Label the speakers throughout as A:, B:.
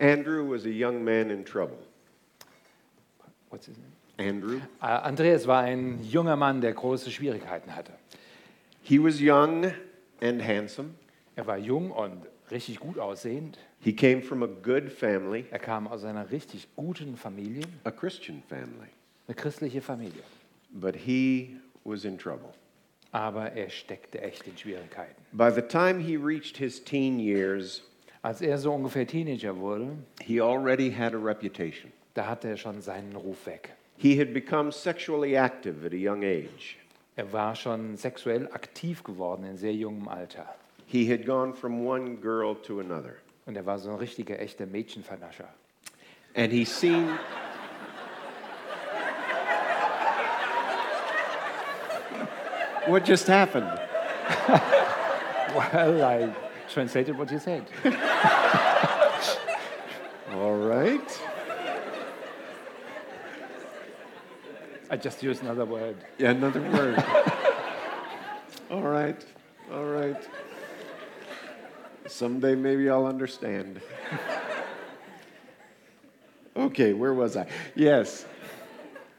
A: Andrew was a young man in trouble.
B: What's his name?
A: Andrew?
B: Äh, Andreas war ein junger Mann, der große Schwierigkeiten hatte.
A: He was young and handsome.
B: Er war jung und richtig gut aussehend.
A: He came from a good family,
B: Er kam aus einer richtig guten Familie,
A: a Christian family,
B: eine christliche Familie.
A: but he was in trouble.
B: Aber er steckte echt in Schwierigkeiten.
A: By the time he reached his teen years,
B: Als er so ungefähr Teenager wurde,
A: he already had a reputation.
B: da hatte er schon seinen Ruf weg.
A: He had become sexually active at a young age.
B: Er war schon sexuell aktiv geworden in sehr jungem Alter.
A: He had gone from one girl to another.
B: Und er war so ein richtiger, echter Mädchenvernascher.
A: And he seemed. what just happened?
B: Well, I translated what you said.
A: All right.
B: I just used another word.
A: Yeah, another word. all right. All right. Someday maybe I'll understand. okay, where was I? Yes.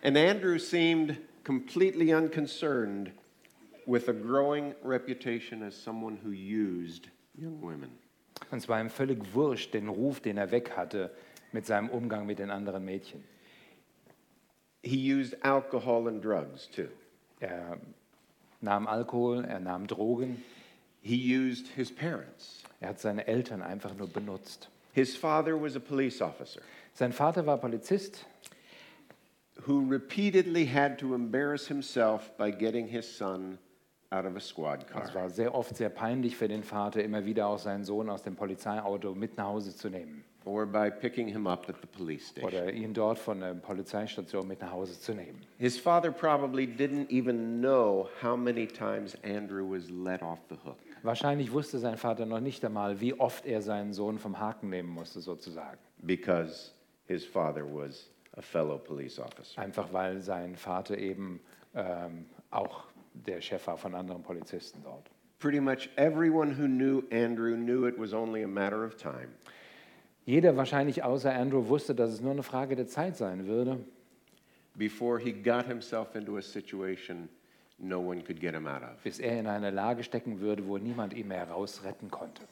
A: And Andrew seemed completely unconcerned with a growing reputation as someone who used young women.
B: Und zwar ihm völlig wurscht den Ruf, den er weg hatte mit seinem Umgang mit den anderen Mädchen.
A: He used alcohol and drugs too.
B: Er nahm Alkohol, er nahm Drogen,
A: He used his parents.
B: er hat seine Eltern einfach nur benutzt.
A: His father was a police officer.
B: Sein Vater war Polizist
A: who repeatedly had to embarrass himself by getting his son out of a squad
B: und es
A: car.
B: war sehr oft sehr peinlich für den Vater, immer wieder auch seinen Sohn aus dem Polizeiauto mit nach Hause zu nehmen
A: Or by picking him up at the police station.
B: oder ihn dort von der Polizeistation mit nach Hause zu nehmen.
A: His father probably didn't even know how many times Andrew was let off the hook.
B: Wahrscheinlich wusste sein Vater noch nicht einmal, wie oft er seinen Sohn vom Haken nehmen musste, sozusagen.
A: Because his father was a fellow police officer.
B: Einfach weil sein Vater eben ähm, auch der Chef war von anderen Polizisten dort.
A: Pretty much everyone who knew Andrew knew it was only a matter of time.
B: Jeder wahrscheinlich außer Andrew wusste, dass es nur eine Frage der Zeit sein würde,
A: Before he got himself into a situation no one could get him out of.
B: bis er in eine Lage stecken würde, wo niemand ihn mehr rausretten konnte.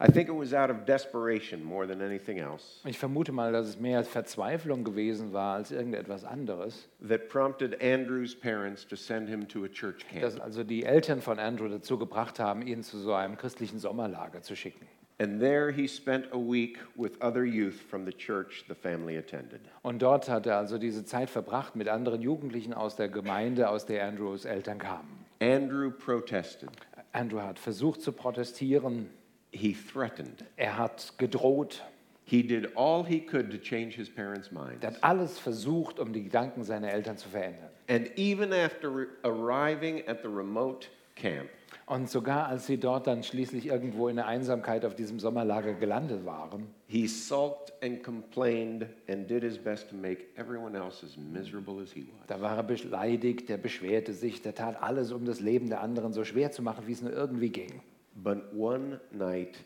A: I think it was out of desperation more than anything else.
B: Ich vermute mal, dass es mehr Verzweiflung gewesen war als irgendetwas anderes,
A: that prompted Andrew's parents to send him to a church camp.
B: dass also die Eltern von Andrew dazu gebracht haben, ihn zu so einem christlichen Sommerlager zu schicken.
A: And there he spent a week with other youth from the church the family attended.
B: Und dort hat er also diese Zeit verbracht mit anderen Jugendlichen aus der Gemeinde, aus der Andrews Eltern kamen.
A: Andrew protested.
B: Andrew hat versucht zu protestieren,
A: He threatened.
B: er hat gedroht,
A: He did all he could to change his parents' minds.
B: er hat alles versucht, um die Gedanken seiner Eltern zu verändern.
A: And even after re- arriving at the remote camp,
B: Und sogar als sie dort dann schließlich irgendwo in der Einsamkeit auf diesem Sommerlager gelandet waren,
A: he sulked and complained and did his best to make everyone else as miserable as he was.
B: da war er beleidigt, der beschwerte sich, der tat alles, um das Leben der anderen so schwer zu machen, wie es nur irgendwie ging.
A: But one night,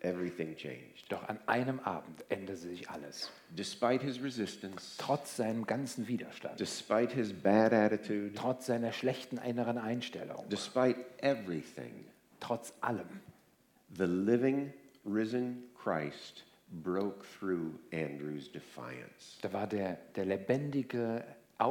A: everything changed.
B: Doch an einem Abend änderte sich alles,
A: Despite his resistance,
B: trotz seinem ganzen Widerstand,
A: despite his bad attitude,
B: trotz seiner schlechten inneren Einstellung,
A: despite everything,
B: trotz allem.
A: the living, risen Christ broke through Andrew's defiance.
B: Da war der, der lebendige,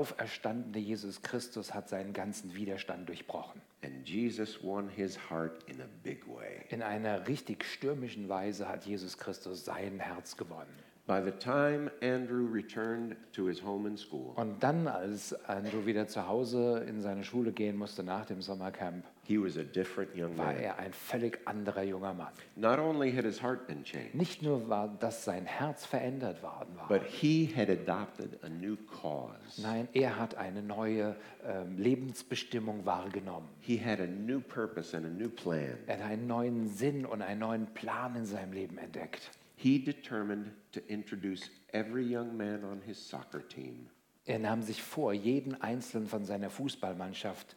B: auferstandene Jesus Christus hat seinen ganzen Widerstand durchbrochen.
A: And Jesus won his heart in a big way.
B: In einer richtig stürmischen Weise hat Jesus Christus sein Herz gewonnen.
A: By the time Andrew returned to his home and school,
B: Und dann, als Andrew wieder zu Hause in seine Schule gehen musste nach dem Sommercamp,
A: he was a different young
B: war
A: man.
B: er ein völlig anderer junger Mann.
A: Not only had his heart been changed,
B: Nicht nur war, dass sein Herz verändert worden war,
A: but he had adopted a new cause.
B: nein, er hat eine neue ähm, Lebensbestimmung wahrgenommen.
A: He had a new purpose and a new plan.
B: Er hat einen neuen Sinn und einen neuen Plan in seinem Leben entdeckt.
A: He determined to introduce every young man on his soccer team
B: Er nahm sich vor, jeden einzelnen von seiner Fußballmannschaft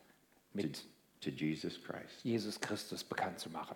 B: mit
A: to Jesus Christ.
B: Jesus Christus bekannt zu machen.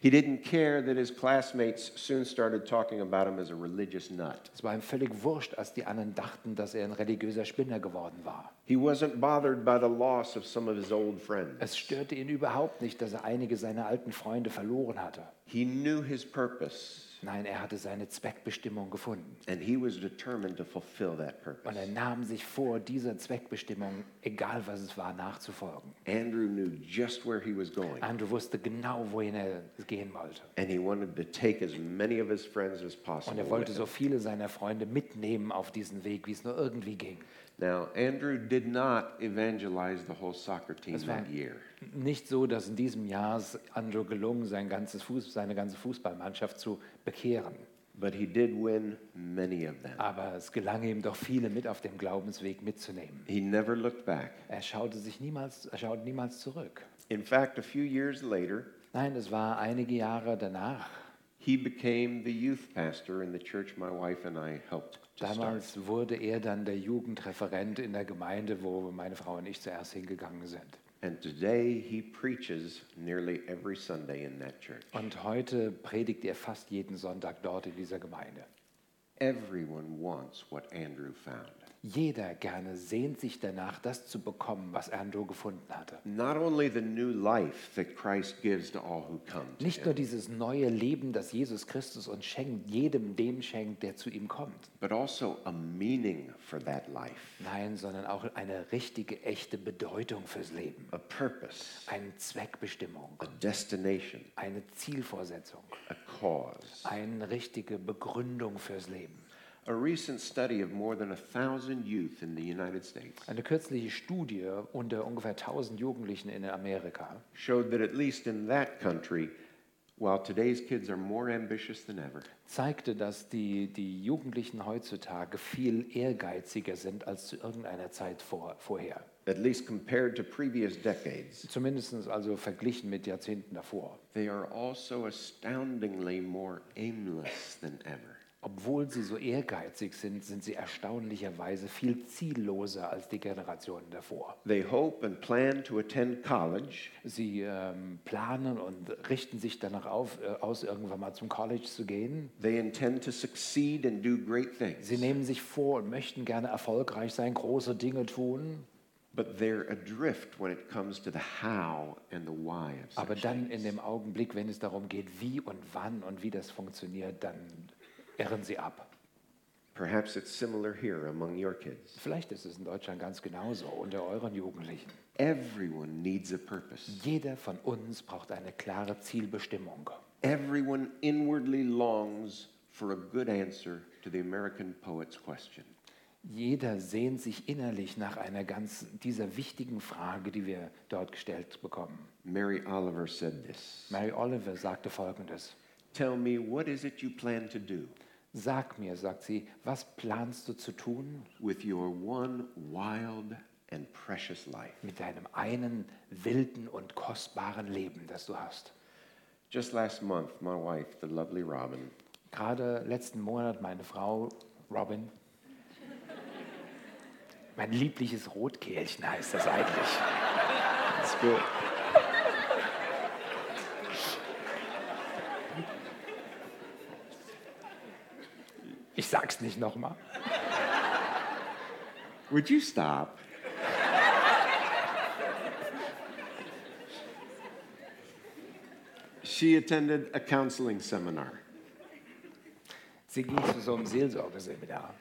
A: He didn't care that his classmates soon started talking about him as a religious nut.
B: Es war ihm völlig wurscht, als die anderen dachten, dass er ein religiöser Spinner geworden war.
A: He wasn't bothered by the loss of some of his old friends.
B: Es störte ihn überhaupt nicht, dass er einige seiner alten Freunde verloren hatte.
A: He knew his purpose,
B: Nein, er hatte seine Zweckbestimmung gefunden.
A: and he was determined to fulfill that
B: Und er
A: purpose.
B: nahm sich vor, dieser Zweckbestimmung, egal was es war, nachzufolgen.
A: Andrew knew just where he was going,
B: Andrew wusste genau, wohin er gehen wollte.
A: and he wanted to take as many of his friends as
B: Und
A: possible.
B: er
A: with
B: wollte
A: him.
B: so viele seiner Freunde mitnehmen auf diesen Weg, wie es nur irgendwie ging.
A: Now, Andrew did not evangelize the whole soccer team
B: Das war-
A: that year.
B: Nicht so, dass in diesem Jahr es Andrew gelungen, sein ganzes Fuß, seine ganze Fußballmannschaft zu bekehren.
A: But he did win many of them.
B: Aber es gelang ihm doch, viele mit auf dem Glaubensweg mitzunehmen.
A: He never looked back.
B: Er schaute sich niemals, er schaute niemals zurück.
A: In fact, a few years later,
B: Nein, es war einige Jahre danach.
A: he became the youth pastor in the church my wife and I helped to start.
B: Damals wurde er dann der Jugendreferent in der Gemeinde, wo meine Frau und ich zuerst hingegangen sind.
A: And today he preaches nearly every Sunday in that church.
B: Und heute predigt er fast jeden Sonntag dort in dieser Gemeinde.
A: Everyone wants what Andrew found.
B: Jeder gerne sehnt sich danach, das zu bekommen, was Andrew gefunden hatte.
A: Not only the new life that Christ gives to all who come to
B: Nicht
A: him,
B: nur dieses neue Leben, das Jesus Christus uns schenkt, jedem dem schenkt, der zu ihm kommt.
A: but also a meaning for that life,
B: Nein, sondern auch eine richtige, echte Bedeutung fürs Leben.
A: a purpose,
B: Eine Zweckbestimmung,
A: a destination,
B: eine Zielvorsetzung,
A: a cause.
B: eine richtige Begründung fürs Leben.
A: A recent study of more than a thousand youth in the United States
B: Eine kürzliche Studie unter ungefähr 1000 Jugendlichen in Amerika
A: showed that at least in that country, while today's kids are more ambitious than ever,
B: zeigte, dass die, die Jugendlichen heutzutage viel ehrgeiziger sind als zu irgendeiner Zeit vor, vorher.
A: at least compared to previous decades,
B: Zumindest also verglichen mit Jahrzehnten davor.
A: they are also astoundingly more aimless than ever.
B: Obwohl sie so ehrgeizig sind, sind sie erstaunlicherweise viel zielloser als die Generationen davor.
A: They hope and plan to attend college,
B: Sie ähm, planen und richten sich danach auf, äh, aus, irgendwann mal zum College zu gehen.
A: they intend to succeed and do great things,
B: Sie nehmen sich vor und möchten gerne erfolgreich sein, große Dinge tun,
A: but they're adrift when it comes to the how and the why of
B: aber
A: such
B: dann
A: things.
B: in dem Augenblick, wenn es darum geht, wie und wann und wie das funktioniert, dann irren sie ab.
A: Perhaps it's similar here among your kids.
B: Vielleicht ist es in Deutschland ganz genauso unter euren Jugendlichen.
A: Everyone needs a purpose.
B: Jeder von uns braucht eine klare Zielbestimmung.
A: Everyone inwardly longs for a good answer to the American poet's question
B: Jeder sehnt sich innerlich nach einer ganz dieser wichtigen Frage, die wir dort gestellt bekommen.
A: Mary Oliver said this
B: Mary Oliver sagte folgendes:
A: Tell me, what is it you plan to do
B: Sag mir, sagt sie, was planst du zu tun
A: with your one wild and precious life?
B: mit deinem einen wilden und kostbaren Leben, das du hast?
A: Just last month, my wife, the lovely Robin,
B: Gerade letzten Monat meine Frau Robin. Mein liebliches Rotkehlchen heißt das eigentlich.
A: it's good.
B: Ich sag's nicht nochmal.
A: Would you stop? she attended a counseling seminar.
B: Sie ging zu so einem Seelsorgeseminar.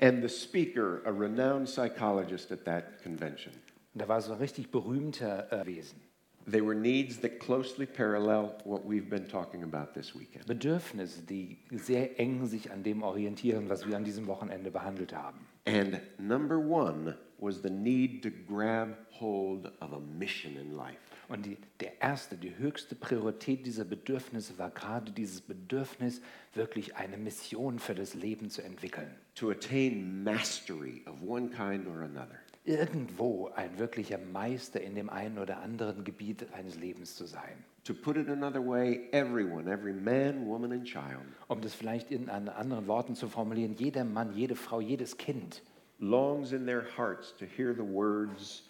A: And the speaker, a renowned psychologist at that convention,
B: Und da war so ein richtig berühmter äh, Wesen.
A: they were needs that closely parallel what we've been talking about this weekend.
B: Bedürfnisse, die sehr eng sich an dem orientieren, was wir an diesem Wochenende behandelt haben.
A: And number one was the need to grab hold of a mission in life.
B: Und die, der erste, die höchste Priorität dieser Bedürfnisse war gerade dieses Bedürfnis, wirklich eine Mission für das Leben zu entwickeln.
A: To attain mastery of one kind or another.
B: irgendwo ein wirklicher Meister in dem einen oder anderen Gebiet eines Lebens zu sein.
A: To put it another way, everyone, every man, woman, and child,
B: Um das vielleicht in an- anderen Worten zu formulieren, jeder Mann, jede Frau, jedes Kind
A: longs in their hearts to hear the words,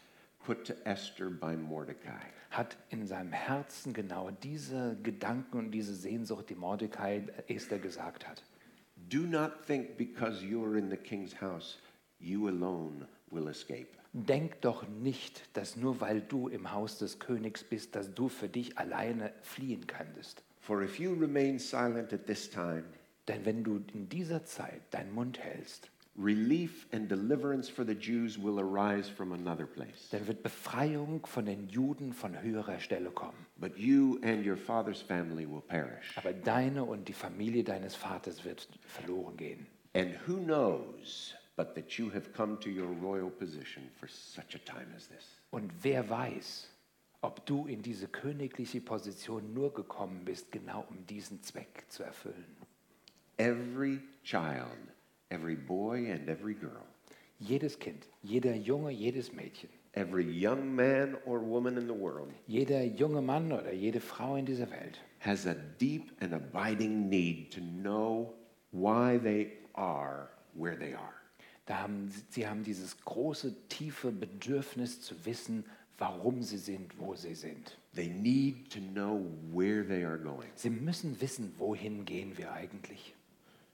A: put to Esther by Mordecai.
B: hat in seinem Herzen genau diese Gedanken und diese Sehnsucht, die Mordecai Esther gesagt hat.
A: Do not think because you are in the king's house, you alone will escape.
B: Denk doch nicht, dass nur weil du im Haus des Königs bist, dass du für dich alleine fliehen könntest.
A: For if you remain silent at this time,
B: Denn wenn du in dieser Zeit deinen Mund hältst,
A: relief and deliverance for the Jews will arise from another place.
B: dann wird Befreiung von den Juden von höherer Stelle kommen.
A: But you and your father's family will perish.
B: Aber deine und die Familie deines Vaters wird verloren gehen.
A: And who knows but that you have come to your royal position for such a time as this?
B: Und wer weiß, ob du in diese königliche Position nur gekommen bist, genau um diesen Zweck zu erfüllen.
A: Every child, every boy and every girl,
B: Jedes Kind, jeder Junge, jedes Mädchen,
A: every young man or woman in the world
B: jeder junge Mann oder jede Frau in dieser Welt
A: has a deep and abiding need to know why they are where they are.
B: Da haben, sie- sie haben dieses große, tiefe Bedürfnis zu wissen, warum sie sind, wo sie sind.
A: They need to know where they are going.
B: Sie müssen wissen, wohin gehen wir eigentlich.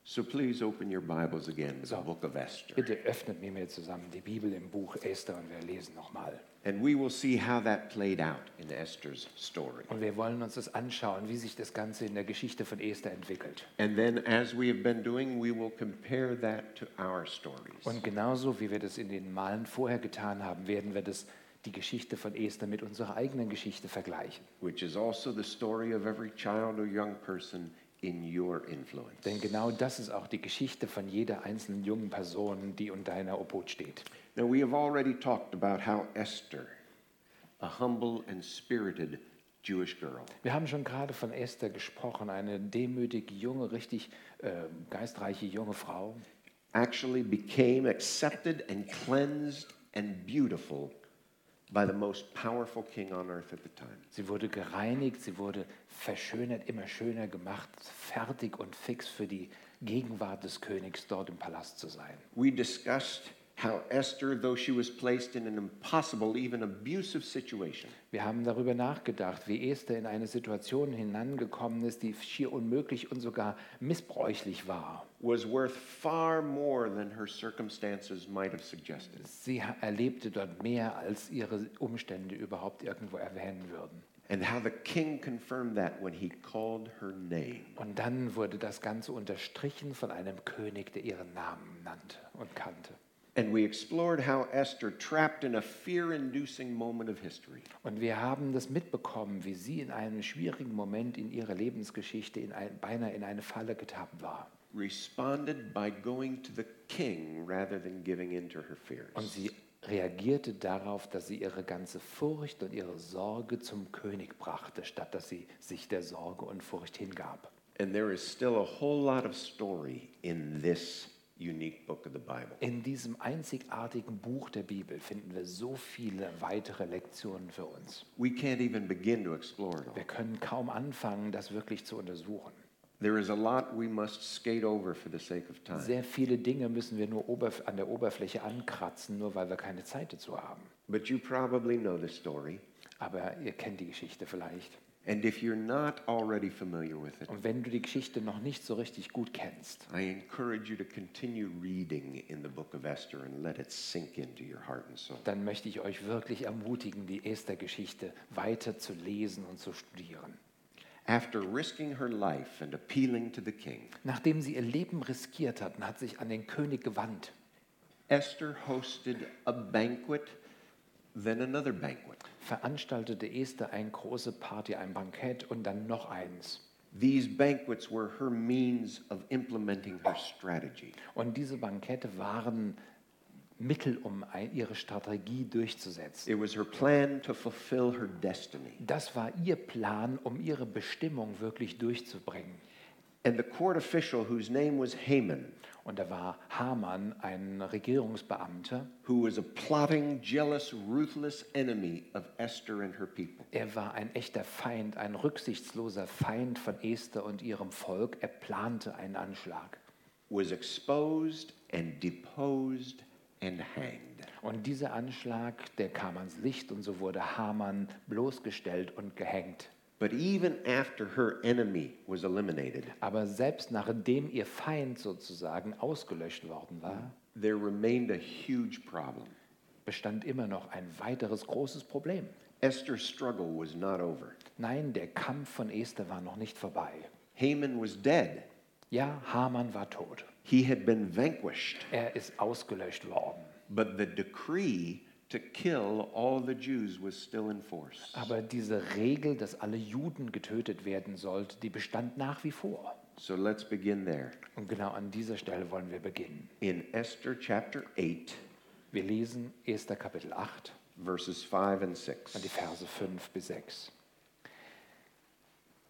A: So please open your Bibles again to the book of Esther.
B: Bitte öffnet mir mir zusammen die Bibel im Buch Esther und wir lesen nochmal.
A: And we will see how that played out in Esther's story.
B: Und wir wollen uns das anschauen, wie sich das Ganze in der Geschichte von Esther entwickelt.
A: And then, as we have been doing, we will compare that to our stories.
B: Und genauso wie wir das in den Malen vorher getan haben, werden wir das, die Geschichte von Esther mit unserer eigenen Geschichte vergleichen.
A: which is also the story of every child or young person in your influence.
B: Denn genau das ist auch die Geschichte von jeder einzelnen jungen Person, die unter deiner Obhut steht.
A: Now, we have already talked about how Esther, a humble and spirited Jewish girl,
B: Wir haben schon gerade von Esther gesprochen, eine demütige, junge, richtig äh, geistreiche junge Frau,
A: actually became accepted and cleansed and beautiful by the most powerful king on earth at the time.
B: Sie wurde gereinigt, sie wurde verschönert, immer schöner gemacht, fertig und fix für die Gegenwart des Königs dort im Palast zu sein.
A: We discussed how Esther, though she was placed in an impossible, even abusive situation,
B: Wir haben darüber nachgedacht, wie Esther in eine Situation hinangekommen ist, die schier unmöglich und sogar missbräuchlich war.
A: was worth far more than her circumstances might have suggested.
B: Sie ha- erlebte dort mehr, als ihre Umstände überhaupt irgendwo erwähnen würden.
A: And how the king confirmed that when he called her name.
B: Und dann wurde das Ganze unterstrichen von einem König, der ihren Namen nannte und kannte.
A: And we explored how Esther, trapped in a fear inducing moment of history,
B: Und wir haben das mitbekommen, wie sie in einem schwierigen Moment in ihrer Lebensgeschichte in ein, beinahe in eine Falle getappt war.
A: responded by going to the king rather than giving in to her
B: Und
A: fears.
B: sie reagierte darauf, dass sie ihre ganze Furcht und ihre Sorge zum König brachte, statt dass sie sich der Sorge und Furcht hingab.
A: And there is still a whole lot of story in this unique book of the Bible.
B: In diesem einzigartigen Buch der Bibel finden wir so viele weitere Lektionen für uns.
A: We can't even begin to explore it all.
B: Wir können kaum anfangen, das wirklich zu untersuchen.
A: There is a lot we must skate over for the sake of time.
B: Sehr viele Dinge müssen wir nur oberf an der Oberfläche ankratzen, nur weil wir keine Zeit dazu haben.
A: But you probably know the story.
B: Aber ihr kennt die Geschichte vielleicht.
A: And if you're not already familiar with it,
B: Und wenn du die Geschichte noch nicht so richtig gut kennst,
A: I encourage you to continue reading in the book of Esther and let it sink into your heart and soul.
B: dann möchte ich euch wirklich ermutigen, die Esther-Geschichte weiter zu lesen und zu studieren.
A: After risking her life and appealing to the king,
B: Nachdem sie ihr Leben riskiert hat und hat sich an den König gewandt,
A: Esther hosted a banquet, then another banquet.
B: veranstaltete Esther eine große Party, ein Bankett und dann noch eins.
A: These banquets were her means of implementing her strategy.
B: Und diese Bankette waren Mittel, um ein- ihre Strategie durchzusetzen.
A: It was her plan to fulfill her destiny.
B: Das war ihr Plan, um ihre Bestimmung wirklich durchzubringen.
A: And the court official, whose name was Haman,
B: Und da war Haman, ein Regierungsbeamter.
A: who was a plotting, jealous, ruthless enemy of Esther and her people.
B: Er war ein echter Feind, ein rücksichtsloser Feind von Esther und ihrem Volk. Er plante einen Anschlag.
A: was exposed and deposed and hanged.
B: Und dieser Anschlag, der kam ans Licht und so wurde Haman bloßgestellt und gehängt.
A: But even after her enemy was eliminated,
B: Aber selbst nachdem ihr Feind sozusagen ausgelöscht worden war,
A: there remained a huge problem.
B: bestand immer noch ein weiteres großes Problem.
A: Esther's struggle was not over.
B: Nein, der Kampf von Esther war noch nicht vorbei.
A: Haman was dead.
B: Ja, Haman war tot.
A: He had been vanquished.
B: Er ist ausgelöscht worden.
A: But the decree to kill all the Jews was still in force.
B: Aber diese Regel, dass alle Juden getötet werden sollte, die bestand nach wie vor.
A: So let's begin there.
B: Und genau an dieser Stelle wollen wir beginnen.
A: In Esther chapter 8,
B: Wir lesen Esther Kapitel 8
A: verses 5 and
B: und
A: 6.
B: die Verse 5 bis 6.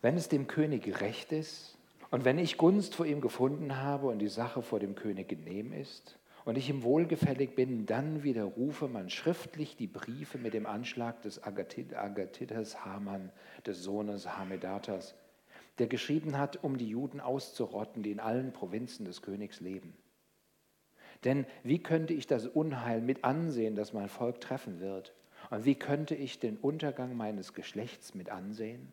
B: Wenn es dem König recht ist und wenn ich Gunst vor ihm gefunden habe und die Sache vor dem König genehm ist und ich ihm wohlgefällig bin, dann widerrufe man schriftlich die Briefe mit dem Anschlag des Agathit- Agathitas Haman, des Sohnes Hamedatas, der geschrieben hat, um die Juden auszurotten, die in allen Provinzen des Königs leben. Denn wie könnte ich das Unheil mit ansehen, das mein Volk treffen wird? Und wie könnte ich den Untergang meines Geschlechts mit ansehen?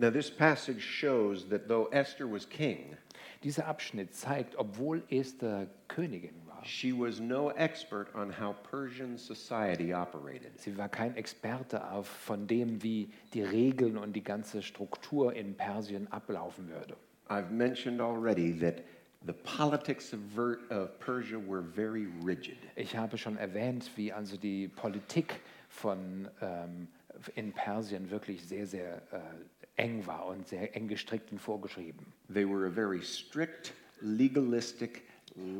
A: Now, this passage shows that though Esther was king,
B: Dieser Abschnitt zeigt, obwohl Esther Königin war,
A: she was no expert on how Persian society operated.
B: sie war kein Experte auf von dem, wie die Regeln und die ganze Struktur in Persien ablaufen würde.
A: I've mentioned already that the politics of, Ver- of Persia were very rigid.
B: Ich habe schon erwähnt, wie also die Politik von, ähm, in Persien wirklich sehr, sehr äh, eng war und sehr eng gestrickt und vorgeschrieben.
A: They were a very strict, legalistic,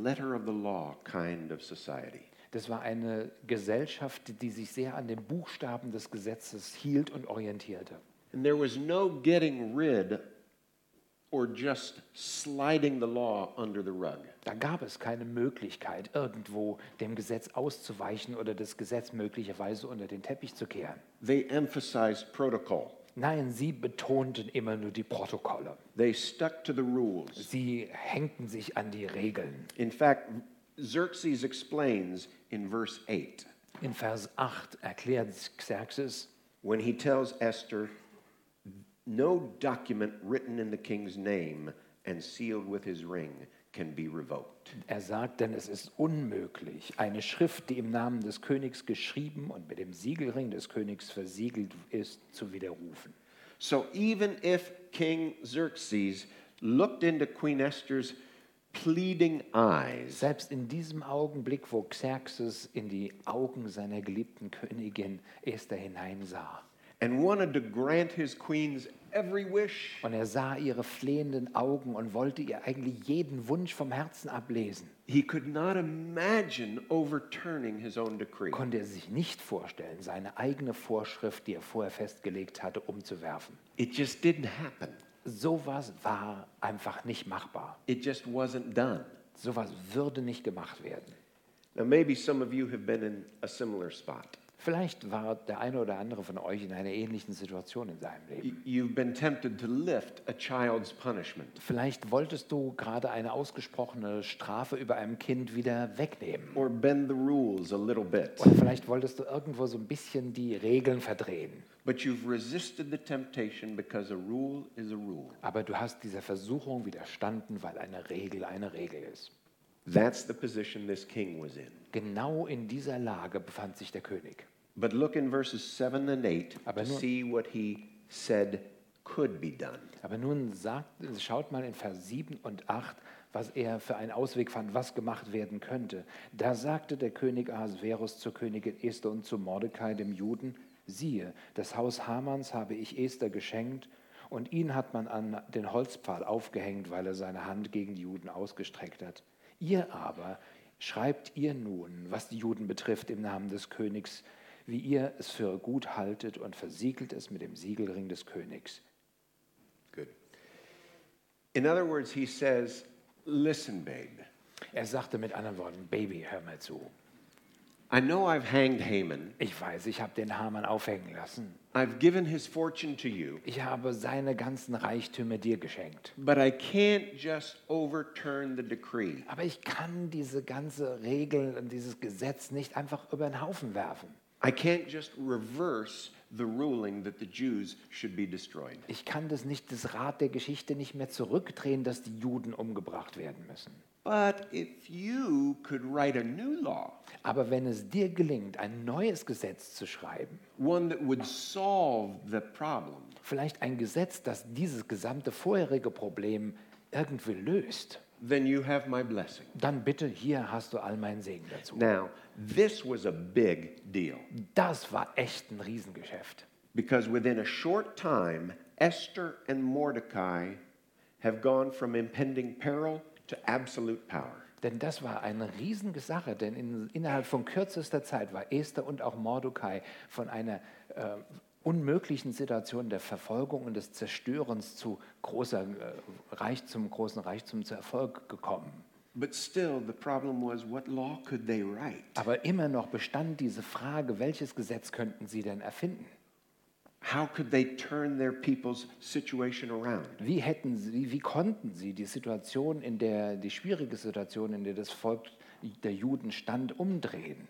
A: letter of the law kind of society.
B: Das war eine Gesellschaft, die sich sehr an den Buchstaben des Gesetzes hielt und orientierte.
A: And there was no getting rid or just sliding the law under the rug.
B: Da gab es keine Möglichkeit, irgendwo dem Gesetz auszuweichen oder das Gesetz möglicherweise unter den Teppich zu kehren.
A: They emphasized protocol,
B: Nein, sie betonten immer nur die Protokolle.
A: they stuck to the rules.
B: Sie hängten sich an die Regeln.
A: In fact, Xerxes explains in verse 8
B: In Vers 8 erklärt Xerxes,
A: when he tells Esther, No document written in the king's name and sealed with his ring can be revoked.
B: Er sagt, denn es ist unmöglich, eine Schrift, die im Namen des Königs geschrieben und mit dem Siegelring des Königs versiegelt ist, zu widerrufen.
A: So even if King Xerxes looked into Queen Esther's pleading eyes,
B: Selbst in diesem Augenblick, wo Xerxes in die Augen seiner geliebten Königin Esther hineinsah
A: and wanted to grant his queen's every wish,
B: und er sah ihre flehenden Augen und wollte ihr eigentlich jeden Wunsch vom Herzen ablesen,
A: he could not imagine overturning his own decree.
B: konnte er sich nicht vorstellen, seine eigene Vorschrift, die er vorher festgelegt hatte, umzuwerfen.
A: It just didn't happen,
B: Sowas war einfach nicht machbar.
A: it just wasn't done.
B: Sowas würde nicht gemacht werden.
A: Now, maybe some of you have been in a similar spot.
B: Vielleicht war der eine oder andere von euch in einer ähnlichen Situation in seinem Leben.
A: Y- You've been tempted to lift a child's punishment
B: Vielleicht wolltest du gerade eine ausgesprochene Strafe über einem Kind wieder wegnehmen.
A: or bend the rules a little bit,
B: Oder vielleicht wolltest du irgendwo so ein bisschen die Regeln verdrehen.
A: but you've resisted the temptation because a rule is a rule.
B: Aber du hast dieser Versuchung widerstanden, weil eine Regel eine Regel ist.
A: That's the position this king was in.
B: Genau in dieser Lage befand sich der König.
A: But look in verses 7 and 8
B: Aber
A: to
B: nur-
A: see what he said could be done.
B: Aber nun sagt, schaut mal in Vers 7 und 8, was er für einen Ausweg fand, was gemacht werden könnte. Da sagte der König Ahasverus zur Königin Esther und zu Mordecai, dem Juden, siehe, das Haus Hamans habe ich Esther geschenkt und ihn hat man an den Holzpfahl aufgehängt, weil er seine Hand gegen die Juden ausgestreckt hat. Ihr aber schreibt ihr nun, was die Juden betrifft, im Namen des Königs, wie ihr es für gut haltet und versiegelt es mit dem Siegelring des Königs.
A: Good. In other words, he says, Listen, babe,
B: Er sagte mit anderen Worten, Baby, hör mal zu.
A: I know I've hanged Haman.
B: Ich weiß, ich habe den Haman aufhängen lassen.
A: I've given his fortune to you.
B: Ich habe seine ganzen Reichtümer dir geschenkt.
A: But I can't just overturn the decree.
B: Aber ich kann diese ganze Regel und dieses Gesetz nicht einfach über den Haufen werfen.
A: I can't just reverse the ruling that the Jews should be destroyed.
B: Ich kann das nicht, das Rad der Geschichte nicht mehr zurückdrehen, dass die Juden umgebracht werden müssen.
A: But if you could write a new law,
B: Aber wenn es dir gelingt, ein neues Gesetz zu schreiben,
A: one that would solve the problem,
B: vielleicht ein Gesetz, das dieses gesamte vorherige Problem irgendwie löst,
A: then you have my blessing.
B: dann bitte hier hast du all meinen Segen dazu.
A: Now, this was a big deal
B: Das war echt ein Riesengeschäft.
A: because within a short time, Esther and Mordecai have gone from impending peril to absolute power.
B: Denn das war eine riesige Sache, denn in, innerhalb von kürzester Zeit war Esther und auch Mordokai von einer äh, unmöglichen Situation der Verfolgung und des Zerstörens zu großer, äh, Reichtum, großen Reichtum zu Erfolg gekommen.
A: But still, the problem was what law could they write?
B: Aber immer noch bestand diese Frage, welches Gesetz könnten sie denn erfinden?
A: How could they turn their people's situation around?
B: Wie, hätten sie, wie konnten sie die Situation, in der, die schwierige Situation, in der das Volk der Juden stand, umdrehen?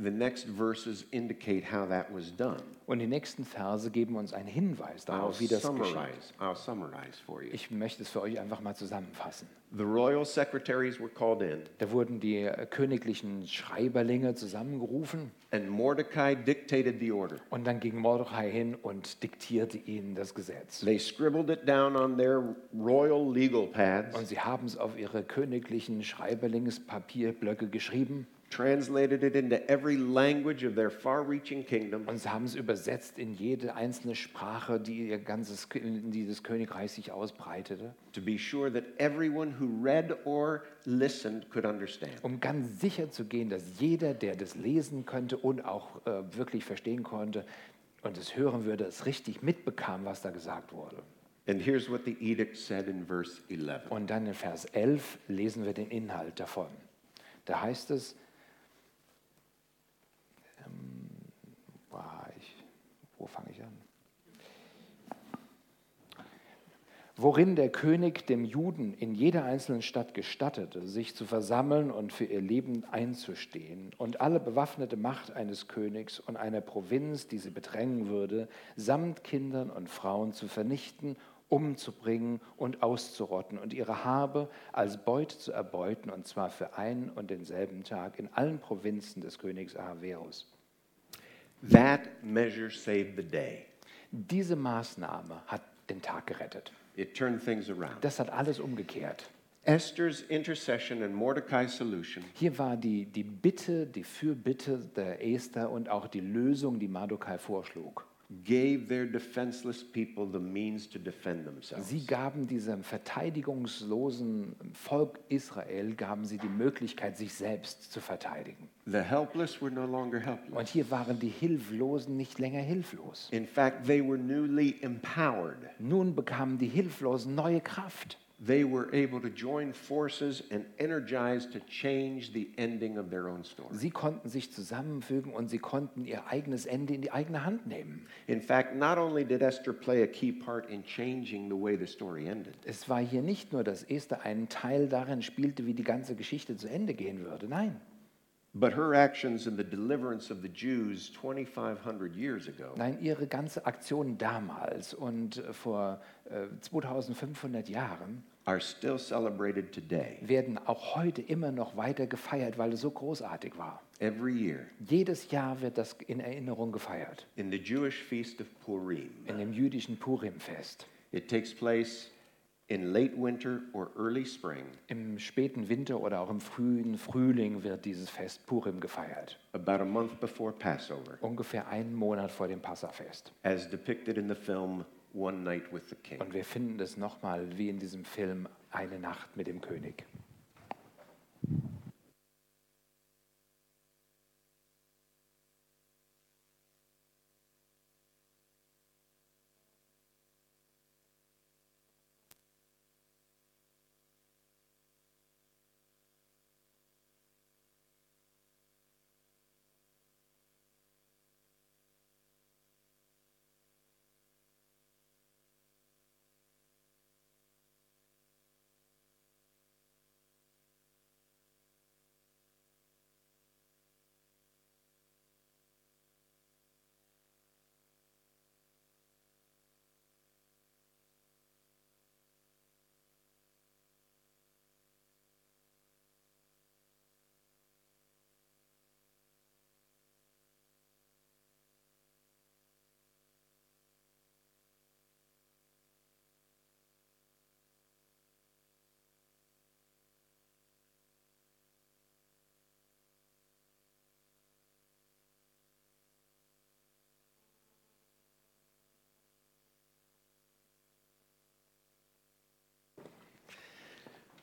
A: The next verses indicate how that was done.
B: Und die nächsten Verse geben uns einen Hinweis
A: I'll
B: darauf, wie das geschieht.
A: summarize. I'll summarize for you.
B: Ich möchte es für euch einfach mal zusammenfassen.
A: The royal secretaries were called in,
B: Da wurden die äh, königlichen Schreiberlinge zusammengerufen
A: and Mordecai dictated the order.
B: und dann ging Mordechai hin und diktierte ihnen das Gesetz.
A: They scribbled it down on their royal legal pads,
B: Und sie haben es auf ihre königlichen Schreiberlingspapierblöcke geschrieben
A: translated it into every language of their far reaching kingdom,
B: und sie haben es übersetzt in jede einzelne Sprache, die ihr ganzes, in dieses Königreich sich ausbreitete,
A: to be sure that everyone who read or listened could understand.
B: um ganz sicher zu gehen, dass jeder, der das lesen könnte und auch äh, wirklich verstehen konnte und es hören würde, es richtig mitbekam, was da gesagt wurde.
A: And here's what the edict said in verse 11.
B: Und dann in Vers 11 lesen wir den Inhalt davon. Da heißt es, ähm, wo war ich, wo fange ich an? Worin der König dem Juden in jeder einzelnen Stadt gestattete, sich zu versammeln und für ihr Leben einzustehen und alle bewaffnete Macht eines Königs und einer Provinz, die sie bedrängen würde, samt Kindern und Frauen zu vernichten, umzubringen und auszurotten und ihre Habe als Beute zu erbeuten, und zwar für einen und denselben Tag in allen Provinzen des Königs Ahasverus.
A: That measure saved the day.
B: Diese Maßnahme hat den Tag gerettet.
A: It turned things around.
B: Das hat alles umgekehrt.
A: Esther's intercession and Mordecai's solution
B: Hier war die, die Bitte, die Fürbitte der Esther und auch die Lösung, die Mardokai vorschlug.
A: gave their defenseless people the means to defend themselves.
B: Sie gaben diesem verteidigungslosen Volk Israel, gaben sie die Möglichkeit, sich selbst zu verteidigen.
A: The helpless were no longer helpless.
B: Und hier waren die Hilflosen nicht länger hilflos.
A: In fact, they were newly empowered.
B: Nun bekamen die Hilflosen neue Kraft.
A: They were able to join forces and energize to change the ending of their own story.
B: Sie konnten sich zusammenfügen und sie konnten ihr eigenes Ende in die eigene Hand nehmen.
A: In fact, not only did Esther play a key part in changing the way the story ended,
B: Es war hier nicht nur, dass Esther einen Teil darin spielte, wie die ganze Geschichte zu Ende gehen würde. Nein.
A: but her actions in the deliverance of the Jews 2,500 years ago
B: Nein, ihre ganze Aktion damals und äh, vor äh, 2500 Jahren
A: are still celebrated today,
B: werden auch heute immer noch weiter gefeiert, weil es so großartig war.
A: every year,
B: Jedes Jahr wird das in Erinnerung gefeiert,
A: in the Jewish feast of Purim.
B: in dem jüdischen Purimfest.
A: It takes place in late winter or early spring,
B: Im späten Winter oder auch im frühen Frühling wird dieses Fest Purim gefeiert,
A: about a month before Passover,
B: ungefähr einen Monat vor dem Passafest.
A: as depicted in the film One Night with the King.
B: Und wir finden es nochmal wie in diesem Film Eine Nacht mit dem König.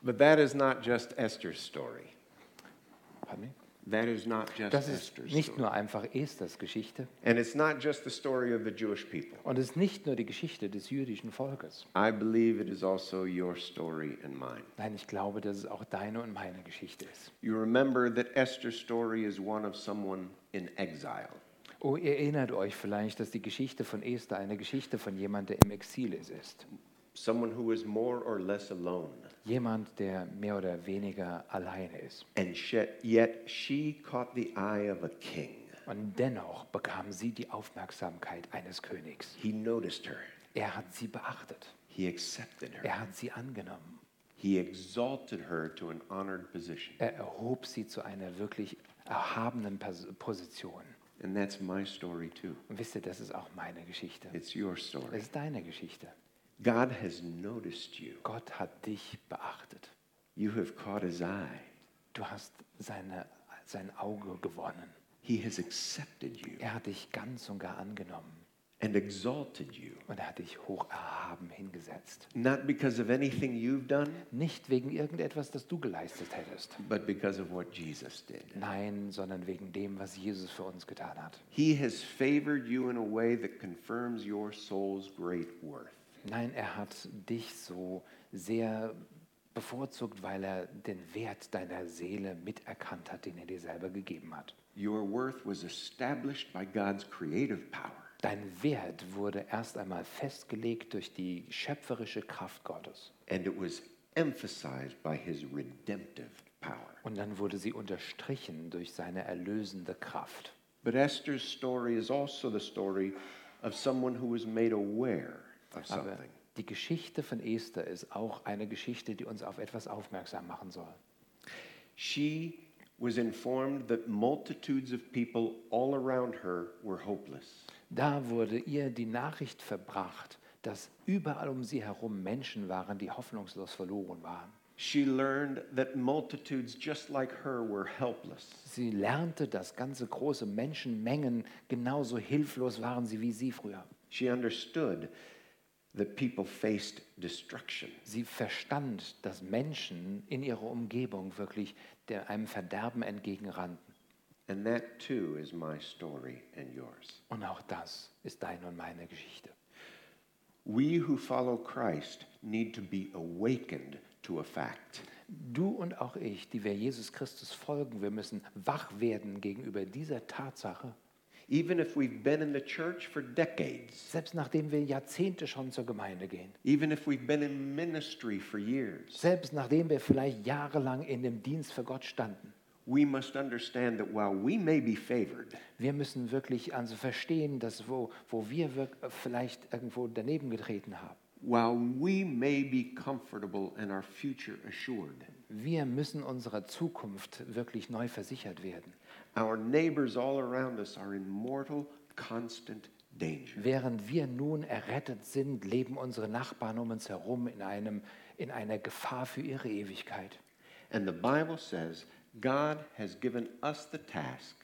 A: But that is not just Esther's story.
B: Pardon me?
A: That is not just
B: Das ist
A: Esther's
B: nicht
A: story.
B: nur einfach Esthers Geschichte
A: And it's not just the story of the Jewish people.
B: und es ist nicht nur die Geschichte des jüdischen Volkes.
A: I believe it is also your story and mine.
B: Nein, ich glaube, dass es auch deine und meine Geschichte ist.
A: You remember that Esther's story is one of someone in exile.
B: Oh, ihr erinnert euch vielleicht, dass die Geschichte von Esther eine Geschichte von jemandem, der im Exil ist. ist.
A: someone who is more or less alone.
B: Jemand, der mehr oder weniger alleine ist.
A: And she, yet she caught the eye of a king.
B: Und dennoch bekam sie die Aufmerksamkeit eines Königs.
A: He noticed her,
B: Er hat sie beachtet.
A: he accepted her,
B: Er hat sie angenommen.
A: he exalted her to an honored position.
B: Er erhob sie zu einer wirklich erhabenen Pers- Position.
A: And that's my story too.
B: Und wisst ihr, das ist auch meine Geschichte.
A: It's your
B: Es
A: story.
B: ist deine Geschichte.
A: God has noticed you,
B: Gott hat dich beachtet.
A: you have caught his eye,
B: Du hast seine, sein Auge gewonnen.
A: he has accepted you
B: Er hat dich ganz und gar angenommen
A: and exalted you.
B: und er hat dich hoch erhaben hingesetzt.
A: Not because of anything you've done,
B: Nicht wegen irgendetwas, das du geleistet hättest.
A: but because of what Jesus did.
B: Nein, sondern wegen dem, was Jesus für uns getan hat.
A: He has favored you in a way that confirms your soul's great worth.
B: Nein, er hat dich so sehr bevorzugt, weil er den Wert deiner Seele miterkannt hat, den er dir selber gegeben hat.
A: Your worth was established by God's creative power.
B: Dein Wert wurde erst einmal festgelegt durch die schöpferische Kraft Gottes.
A: And it was emphasized by his redemptive power.
B: Und dann wurde sie unterstrichen durch seine erlösende Kraft.
A: But Esther's story is also the story of someone who was made aware of
B: Aber
A: something.
B: die Geschichte von Esther ist auch eine Geschichte, die uns auf etwas aufmerksam machen soll.
A: She was informed that multitudes of people all around her were hopeless.
B: Da wurde ihr die Nachricht verbracht, dass überall um sie herum Menschen waren, die hoffnungslos verloren waren.
A: She learned that multitudes just like her were helpless.
B: Sie lernte, dass ganze große Menschenmengen genauso hilflos waren sie wie sie früher.
A: She understood that people faced destruction.
B: Sie verstand, dass Menschen in ihrer Umgebung wirklich der, einem Verderben entgegenrannten.
A: And that too is my story and yours.
B: Und auch das ist deine und meine Geschichte.
A: We who follow Christ need to be awakened to a fact.
B: Du und auch ich, die wir Jesus Christus folgen, wir müssen wach werden gegenüber dieser Tatsache.
A: Even if we've been in the church for decades,
B: Selbst nachdem wir Jahrzehnte schon zur Gemeinde gehen,
A: even if we've been in ministry for years,
B: selbst nachdem wir vielleicht jahrelang in dem Dienst für Gott standen,
A: we must understand that while we may be favored,
B: wir müssen wirklich also verstehen, dass wo, wo wir wirk- vielleicht irgendwo daneben getreten haben,
A: while we may be comfortable and our future assured,
B: wir müssen unserer Zukunft wirklich neu versichert werden.
A: our neighbors all around us are in mortal, constant danger.
B: Während wir nun errettet sind, leben unsere Nachbarn um uns herum in, einem, in einer Gefahr für ihre Ewigkeit.
A: And the Bible says God has given us the task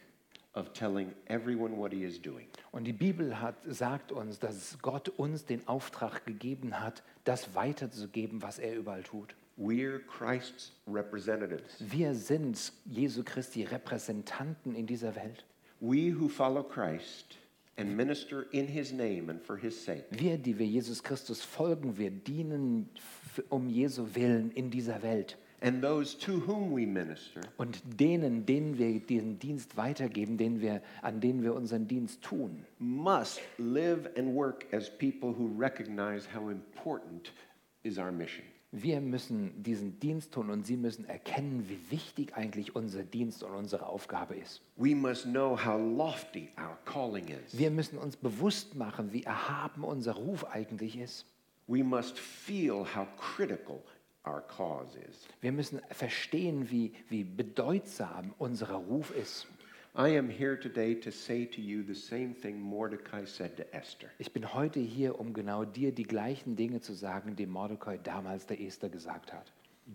A: of telling everyone what he is doing.
B: Und die Bibel hat, sagt uns, dass Gott uns den Auftrag gegeben hat, das weiterzugeben, was er überall tut.
A: We're Christ's representatives.
B: Wir sind Jesu Christi Repräsentanten in dieser Welt.
A: We who follow Christ and minister in his name and for his sake
B: Wir, die wir Jesus Christus folgen, wir dienen f- um Jesu Willen in dieser Welt.
A: and those to whom we minister
B: Und denen, denen wir diesen Dienst weitergeben, denen wir, an denen wir unseren Dienst tun,
A: must live and work as people who recognize how important is our mission.
B: wir müssen diesen Dienst tun und sie müssen erkennen, wie wichtig eigentlich unser Dienst und unsere Aufgabe ist.
A: We must know how lofty our calling is.
B: Wir müssen uns bewusst machen, wie erhaben unser Ruf eigentlich ist.
A: We must feel how critical our cause is.
B: Wir müssen verstehen, wie, wie bedeutsam unser Ruf ist.
A: I am here today to say to you the same thing Mordecai said to Esther.
B: Ich bin heute hier, um genau dir die gleichen Dinge zu sagen, die Mordecai damals der Esther gesagt hat.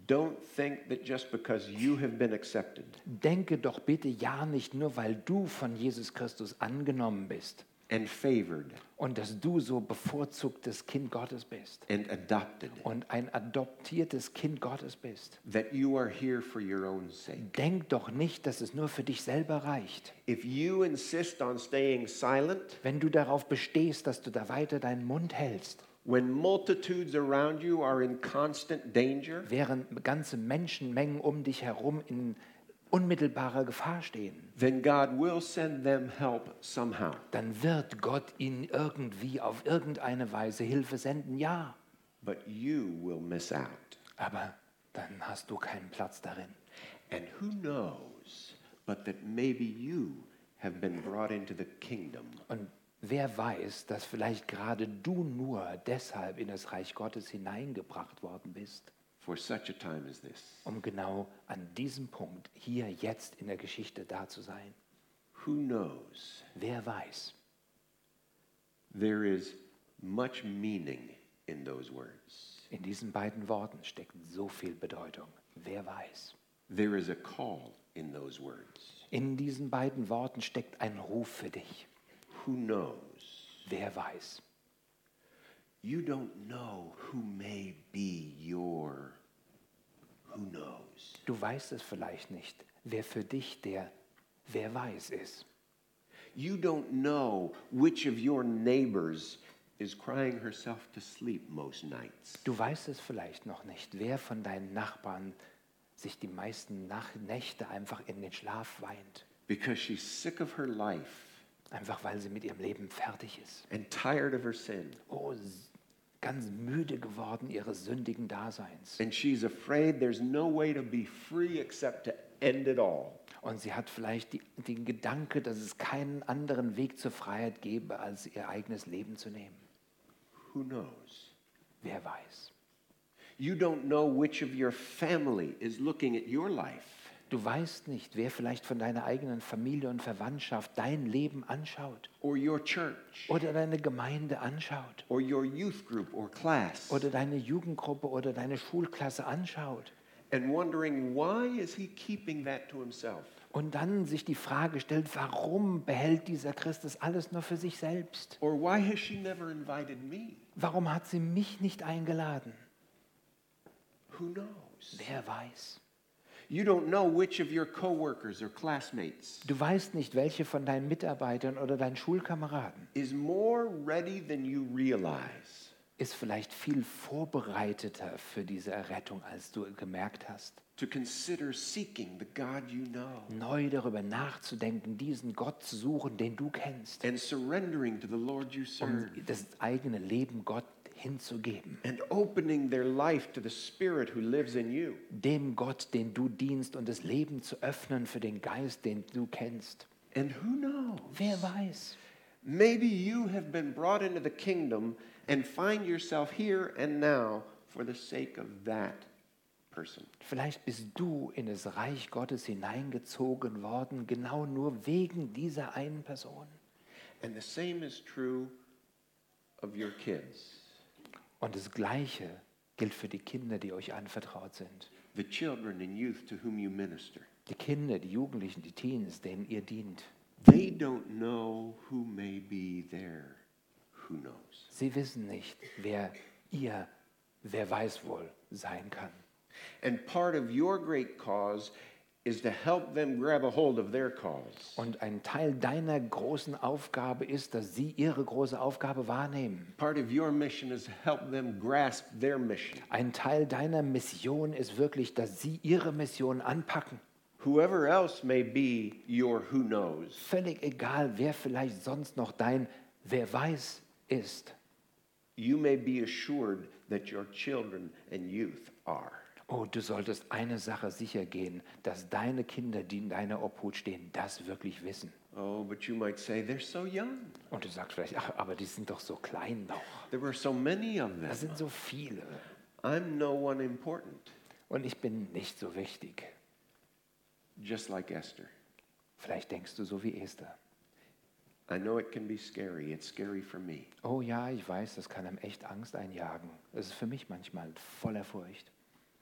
A: Don't think that just because you have been accepted,
B: Denke doch bitte ja nicht nur, weil du von Jesus Christus angenommen bist,
A: and favored
B: und dass du so bevorzugtes Kind Gottes bist
A: and adopted,
B: und ein adoptiertes Kind Gottes bist.
A: that you are here for your own sake.
B: Denk doch nicht, dass es nur für dich selber reicht.
A: If you insist on staying silent
B: Wenn du darauf bestehst, dass du da weiter deinen Mund hältst,
A: when multitudes around you are in constant danger,
B: während ganze Menschenmengen um dich herum in unmittelbarer Gefahr stehen,
A: then God will send them help somehow.
B: dann wird Gott ihnen irgendwie auf irgendeine Weise Hilfe senden, ja.
A: But you will miss out.
B: Aber dann hast du keinen Platz darin.
A: And who knows but that maybe you have been brought into the kingdom
B: Und wer weiß, dass vielleicht gerade du nur deshalb in das Reich Gottes hineingebracht worden bist,
A: for such a time as this?
B: um genau an diesem Punkt hier jetzt in der Geschichte da zu sein.
A: Who knows?
B: Wer weiß.
A: There is much meaning in those words.
B: In diesen beiden Worten steckt so viel Bedeutung. Wer weiß.
A: There is a call in those words.
B: In diesen beiden Worten steckt ein Ruf für dich.
A: Who knows?
B: Wer weiß.
A: You don't know who may be your who knows.
B: Du weißt es vielleicht nicht, wer für dich der Wer weiß ist.
A: You don't know which of your neighbors is crying herself to sleep most nights.
B: Du weißt es vielleicht noch nicht, wer von deinen Nachbarn sich die meisten Nach Nächte einfach in den Schlaf weint.
A: because she's sick of her life
B: Einfach weil sie mit ihrem Leben fertig ist.
A: and tired of her sin.
B: Oh, s- ganz müde geworden ihres sündigen Daseins.
A: And she's afraid there's no way to be free except to end it all.
B: Und sie hat vielleicht die, den Gedanke, dass es keinen anderen Weg zur Freiheit gäbe, als ihr eigenes Leben zu nehmen.
A: Who knows?
B: Wer weiß.
A: You don't know which of your family is looking at your life
B: Du weißt nicht, wer vielleicht von deiner eigenen Familie und Verwandtschaft dein Leben anschaut
A: or your church
B: oder deine Gemeinde anschaut
A: or your youth group or class
B: oder deine Jugendgruppe oder deine Schulklasse anschaut
A: and wondering why is he keeping that to himself?
B: und dann sich die Frage stellt, warum behält dieser Christus alles nur für sich selbst?
A: Or why has she never invited me?
B: Warum hat sie mich nicht eingeladen?
A: Who knows?
B: Wer weiß.
A: You don't know which of your coworkers or classmates
B: Du weißt nicht, welche von deinen Mitarbeitern oder deinen Schulkameraden
A: is more ready than you realize.
B: ist vielleicht viel vorbereiteter für diese Errettung, als du gemerkt hast.
A: to consider seeking the God you know
B: Neu darüber nachzudenken, diesen Gott zu suchen, den du kennst,
A: and surrendering to the Lord you serve
B: um das eigene Leben Gott hinzugeben.
A: and opening their life to the Spirit who lives in you.
B: Dem Gott, den du dienst und das Leben zu öffnen für den Geist, den du kennst.
A: And who knows?
B: Wer weiß?
A: Maybe you have been brought into the kingdom and find yourself here and now for the sake of that person.
B: Vielleicht bist du in das Reich Gottes hineingezogen worden, genau nur wegen dieser einen Person.
A: And the same is true of your kids.
B: Und das Gleiche gilt für die Kinder, die euch anvertraut sind.
A: The children and youth to whom you minister,
B: Die Kinder, die Jugendlichen, die Teens, denen ihr dient.
A: they don't know who may be there. Who knows?
B: Sie wissen nicht, wer ihr, wer weiß wohl, sein kann.
A: And part of your great cause is to help them grab a hold of their cause.
B: Und ein Teil deiner großen Aufgabe ist, dass sie ihre große Aufgabe wahrnehmen.
A: Part of your mission is to help them grasp their mission.
B: Ein Teil deiner Mission ist wirklich, dass sie ihre Mission anpacken.
A: Whoever else may be your who knows,
B: Völlig egal, wer vielleicht sonst noch dein Wer weiß ist.
A: you may be assured that your children and youth are.
B: Oh, du solltest eine Sache sicher gehen, dass deine Kinder, die in deiner Obhut stehen, das wirklich wissen.
A: Oh, but you might say, they're so young.
B: Und du sagst vielleicht, ach, aber die sind doch so klein noch.
A: There were so many of
B: Da
A: them.
B: sind so viele.
A: I'm no one important,
B: Und ich bin nicht so wichtig.
A: just like Esther.
B: Vielleicht denkst du so wie Esther.
A: I know it can be scary. It's scary for me.
B: Oh ja, ich weiß, das kann einem echt Angst einjagen. Das ist für mich manchmal voller Furcht.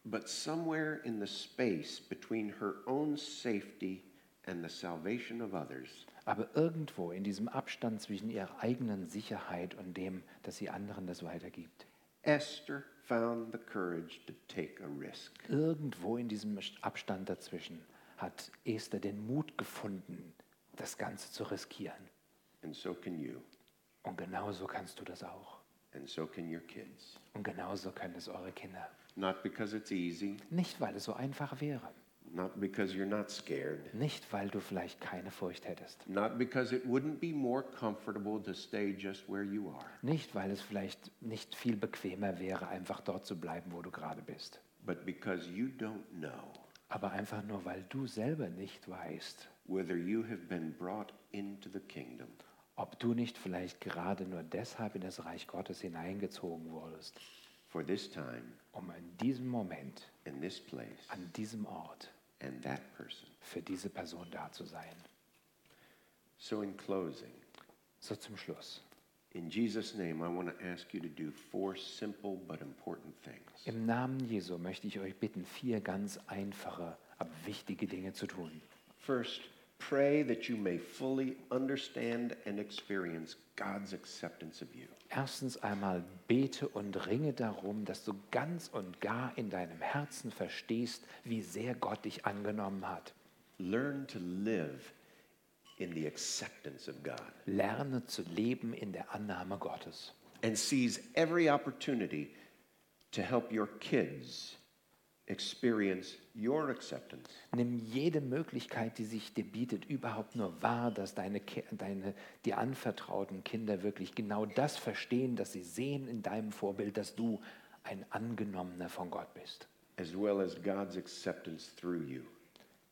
A: But somewhere in the space between her own safety and the salvation of others,
B: Aber irgendwo in diesem Abstand zwischen ihrer eigenen Sicherheit und dem, dass sie anderen das weitergibt,
A: Esther found the courage to take a risk.
B: irgendwo in diesem Abstand dazwischen hat Esther den Mut gefunden, das Ganze zu riskieren.
A: And so can you.
B: Und genauso kannst du das auch.
A: And so can your kids.
B: Und genauso können es eure Kinder.
A: Not because it's easy,
B: Nicht, weil es so einfach wäre.
A: not because you're not scared,
B: Nicht, weil du vielleicht keine Furcht hättest.
A: not because it wouldn't be more comfortable to stay just where you are,
B: Nicht, weil es vielleicht nicht viel bequemer wäre, einfach dort zu bleiben, wo du gerade bist.
A: but because you don't know
B: Aber einfach nur, weil du selber nicht weißt,
A: whether you have been brought into the kingdom
B: ob du nicht vielleicht gerade nur deshalb in das Reich Gottes hineingezogen wurdest,
A: for this time
B: um in diesem Moment,
A: and this place
B: an diesem Ort,
A: and that person.
B: für diese Person da zu sein.
A: So, in closing,
B: So zum Schluss.
A: in Jesus' name, I want to ask you to do four simple but important things.
B: Im Namen Jesu möchte ich euch bitten, vier ganz einfache, aber wichtige Dinge zu tun.
A: First, pray that you may fully understand and experience God's acceptance of you.
B: Erstens einmal bete und ringe darum, dass du ganz und gar in deinem Herzen verstehst, wie sehr Gott dich angenommen hat.
A: Learn to live in the acceptance of God
B: Lerne zu leben in der Annahme Gottes
A: and seize every opportunity to help your kids experience your acceptance.
B: Nimm jede Möglichkeit, die sich dir bietet, überhaupt nur wahr, dass deine, Ki- deine dir anvertrauten Kinder wirklich genau das verstehen, dass sie sehen in deinem Vorbild, dass du ein Angenommener von Gott bist.
A: as well as God's acceptance through you.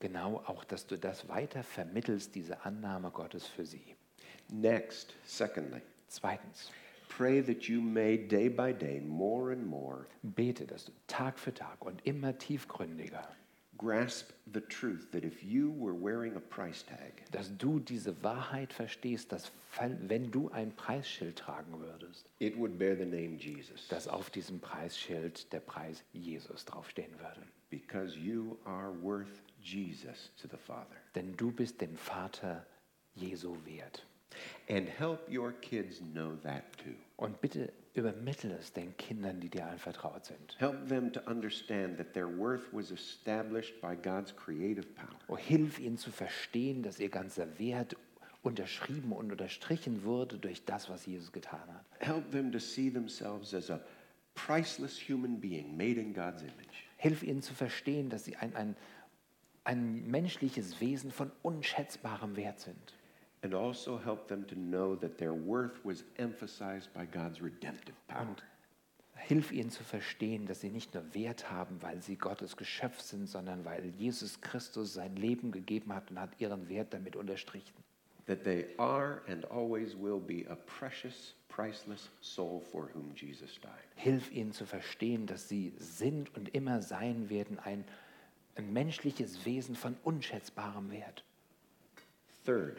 B: Genau auch, dass du das weiter vermittelst, diese Annahme Gottes für sie.
A: Next, secondly,
B: Zweitens,
A: pray that you may day by day more and more
B: bete, dass du Tag für Tag und immer tiefgründiger,
A: grasp the truth that if you were wearing a price tag,
B: dass du diese Wahrheit verstehst, dass fall- wenn du ein Preisschild tragen würdest,
A: it would bear the name Jesus
B: dass auf diesem Preisschild der Preis Jesus draufstehen würde.
A: because you are worth Jesus to the Father.
B: Denn du bist dem Vater Jesu wert.
A: And help your kids know that too.
B: Und bitte übermittle es den Kindern, die dir anvertraut sind.
A: Help them to understand that their worth was established by God's creative power.
B: Oh, hilf ihnen zu verstehen, dass ihr ganzer Wert unterschrieben und unterstrichen wurde durch das, was Jesus getan hat.
A: Help them to see themselves as a priceless human being made in God's image.
B: Hilf ihnen zu verstehen, dass sie ein, ein, ein menschliches Wesen von unschätzbarem Wert sind.
A: and also help them to know that their worth was emphasized by God's redemptive power.
B: Und hilf ihnen zu verstehen, dass sie nicht nur Wert haben, weil sie Gottes Geschöpf sind, sondern weil Jesus Christus sein Leben gegeben hat und hat ihren Wert damit unterstrichen.
A: That they are and always will be a precious, priceless soul for whom Jesus died.
B: Hilf ihnen zu verstehen, dass sie sind und immer sein werden ein, ein menschliches Wesen von unschätzbarem Wert.
A: Third,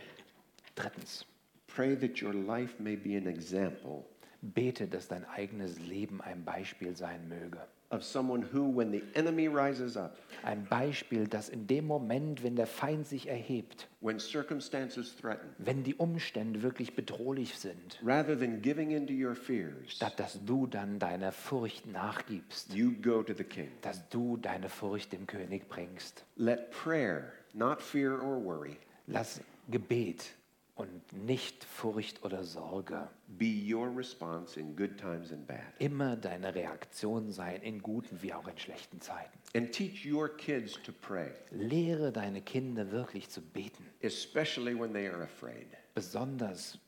B: Drittens,
A: pray that your life may be an example
B: bete, dass dein eigenes Leben ein Beispiel sein möge.
A: of someone who, when the enemy rises up,
B: Ein Beispiel, dass in dem Moment, wenn der Feind sich erhebt,
A: when circumstances threaten,
B: wenn die Umstände wirklich bedrohlich sind,
A: rather than giving in to your fears,
B: statt dass du dann deiner Furcht nachgibst,
A: you go to the king.
B: dass du deine Furcht dem König bringst.
A: Let prayer, not fear or worry,
B: Lass Gebet und nicht Furcht oder Sorge
A: be your response in good times and bad.
B: immer deine Reaktion sein, in guten wie auch in schlechten Zeiten.
A: And teach your kids to pray,
B: Lehre deine Kinder wirklich zu beten,
A: especially when they are afraid.
B: besonders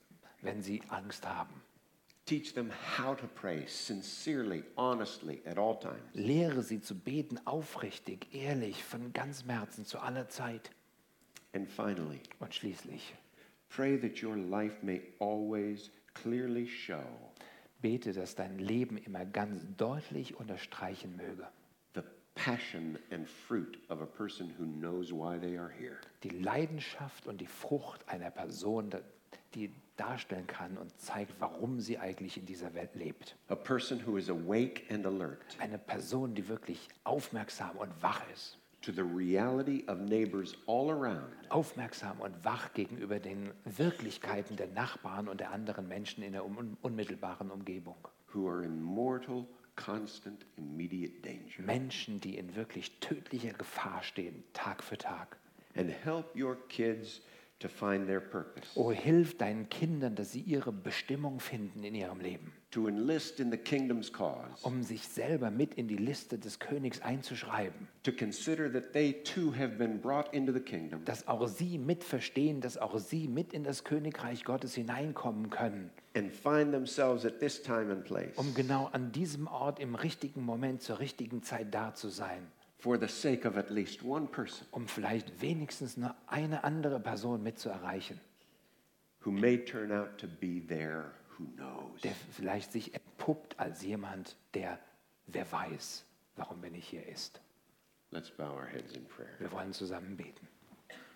B: wenn sie Angst haben.
A: Teach them how to pray sincerely, honestly, at all times.
B: Lehre sie zu beten, aufrichtig, ehrlich, von ganzem Herzen, zu aller Zeit.
A: And finally,
B: Und schließlich
A: pray that your life may always clearly show
B: bete, dass dein Leben immer ganz deutlich unterstreichen möge.
A: the passion and fruit of a person who knows why they are here.
B: Die Leidenschaft und die Frucht einer Person, da- die darstellen kann und zeigt, warum sie eigentlich in dieser Welt lebt.
A: A person who is awake and alert,
B: Eine Person, die wirklich aufmerksam und wach ist.
A: to the reality of neighbors all around,
B: Aufmerksam und wach gegenüber den Wirklichkeiten der Nachbarn und der anderen Menschen in der un- unmittelbaren Umgebung.
A: who are in mortal, constant, immediate danger.
B: Menschen, die in wirklich tödlicher Gefahr stehen, Tag für Tag.
A: And help your kids to find their purpose,
B: Oh, hilf deinen Kindern, dass sie ihre Bestimmung finden in ihrem Leben,
A: to enlist in the kingdom's cause,
B: um sich selber mit in die Liste des Königs einzuschreiben,
A: to consider that they too have been brought into the kingdom
B: dass auch sie mit verstehen, dass auch sie mit in das Königreich Gottes hineinkommen können,
A: and find themselves at this time and place
B: um genau an diesem Ort im richtigen Moment zur richtigen Zeit da zu sein,
A: for the sake of at least one person
B: um vielleicht wenigstens nur eine andere Person mit zu erreichen,
A: who may turn out to be there who knows.
B: der vielleicht sich entpuppt als jemand, der, wer weiß, warum er nicht hier ist.
A: Let's bow our heads in prayer.
B: Wir wollen zusammen beten.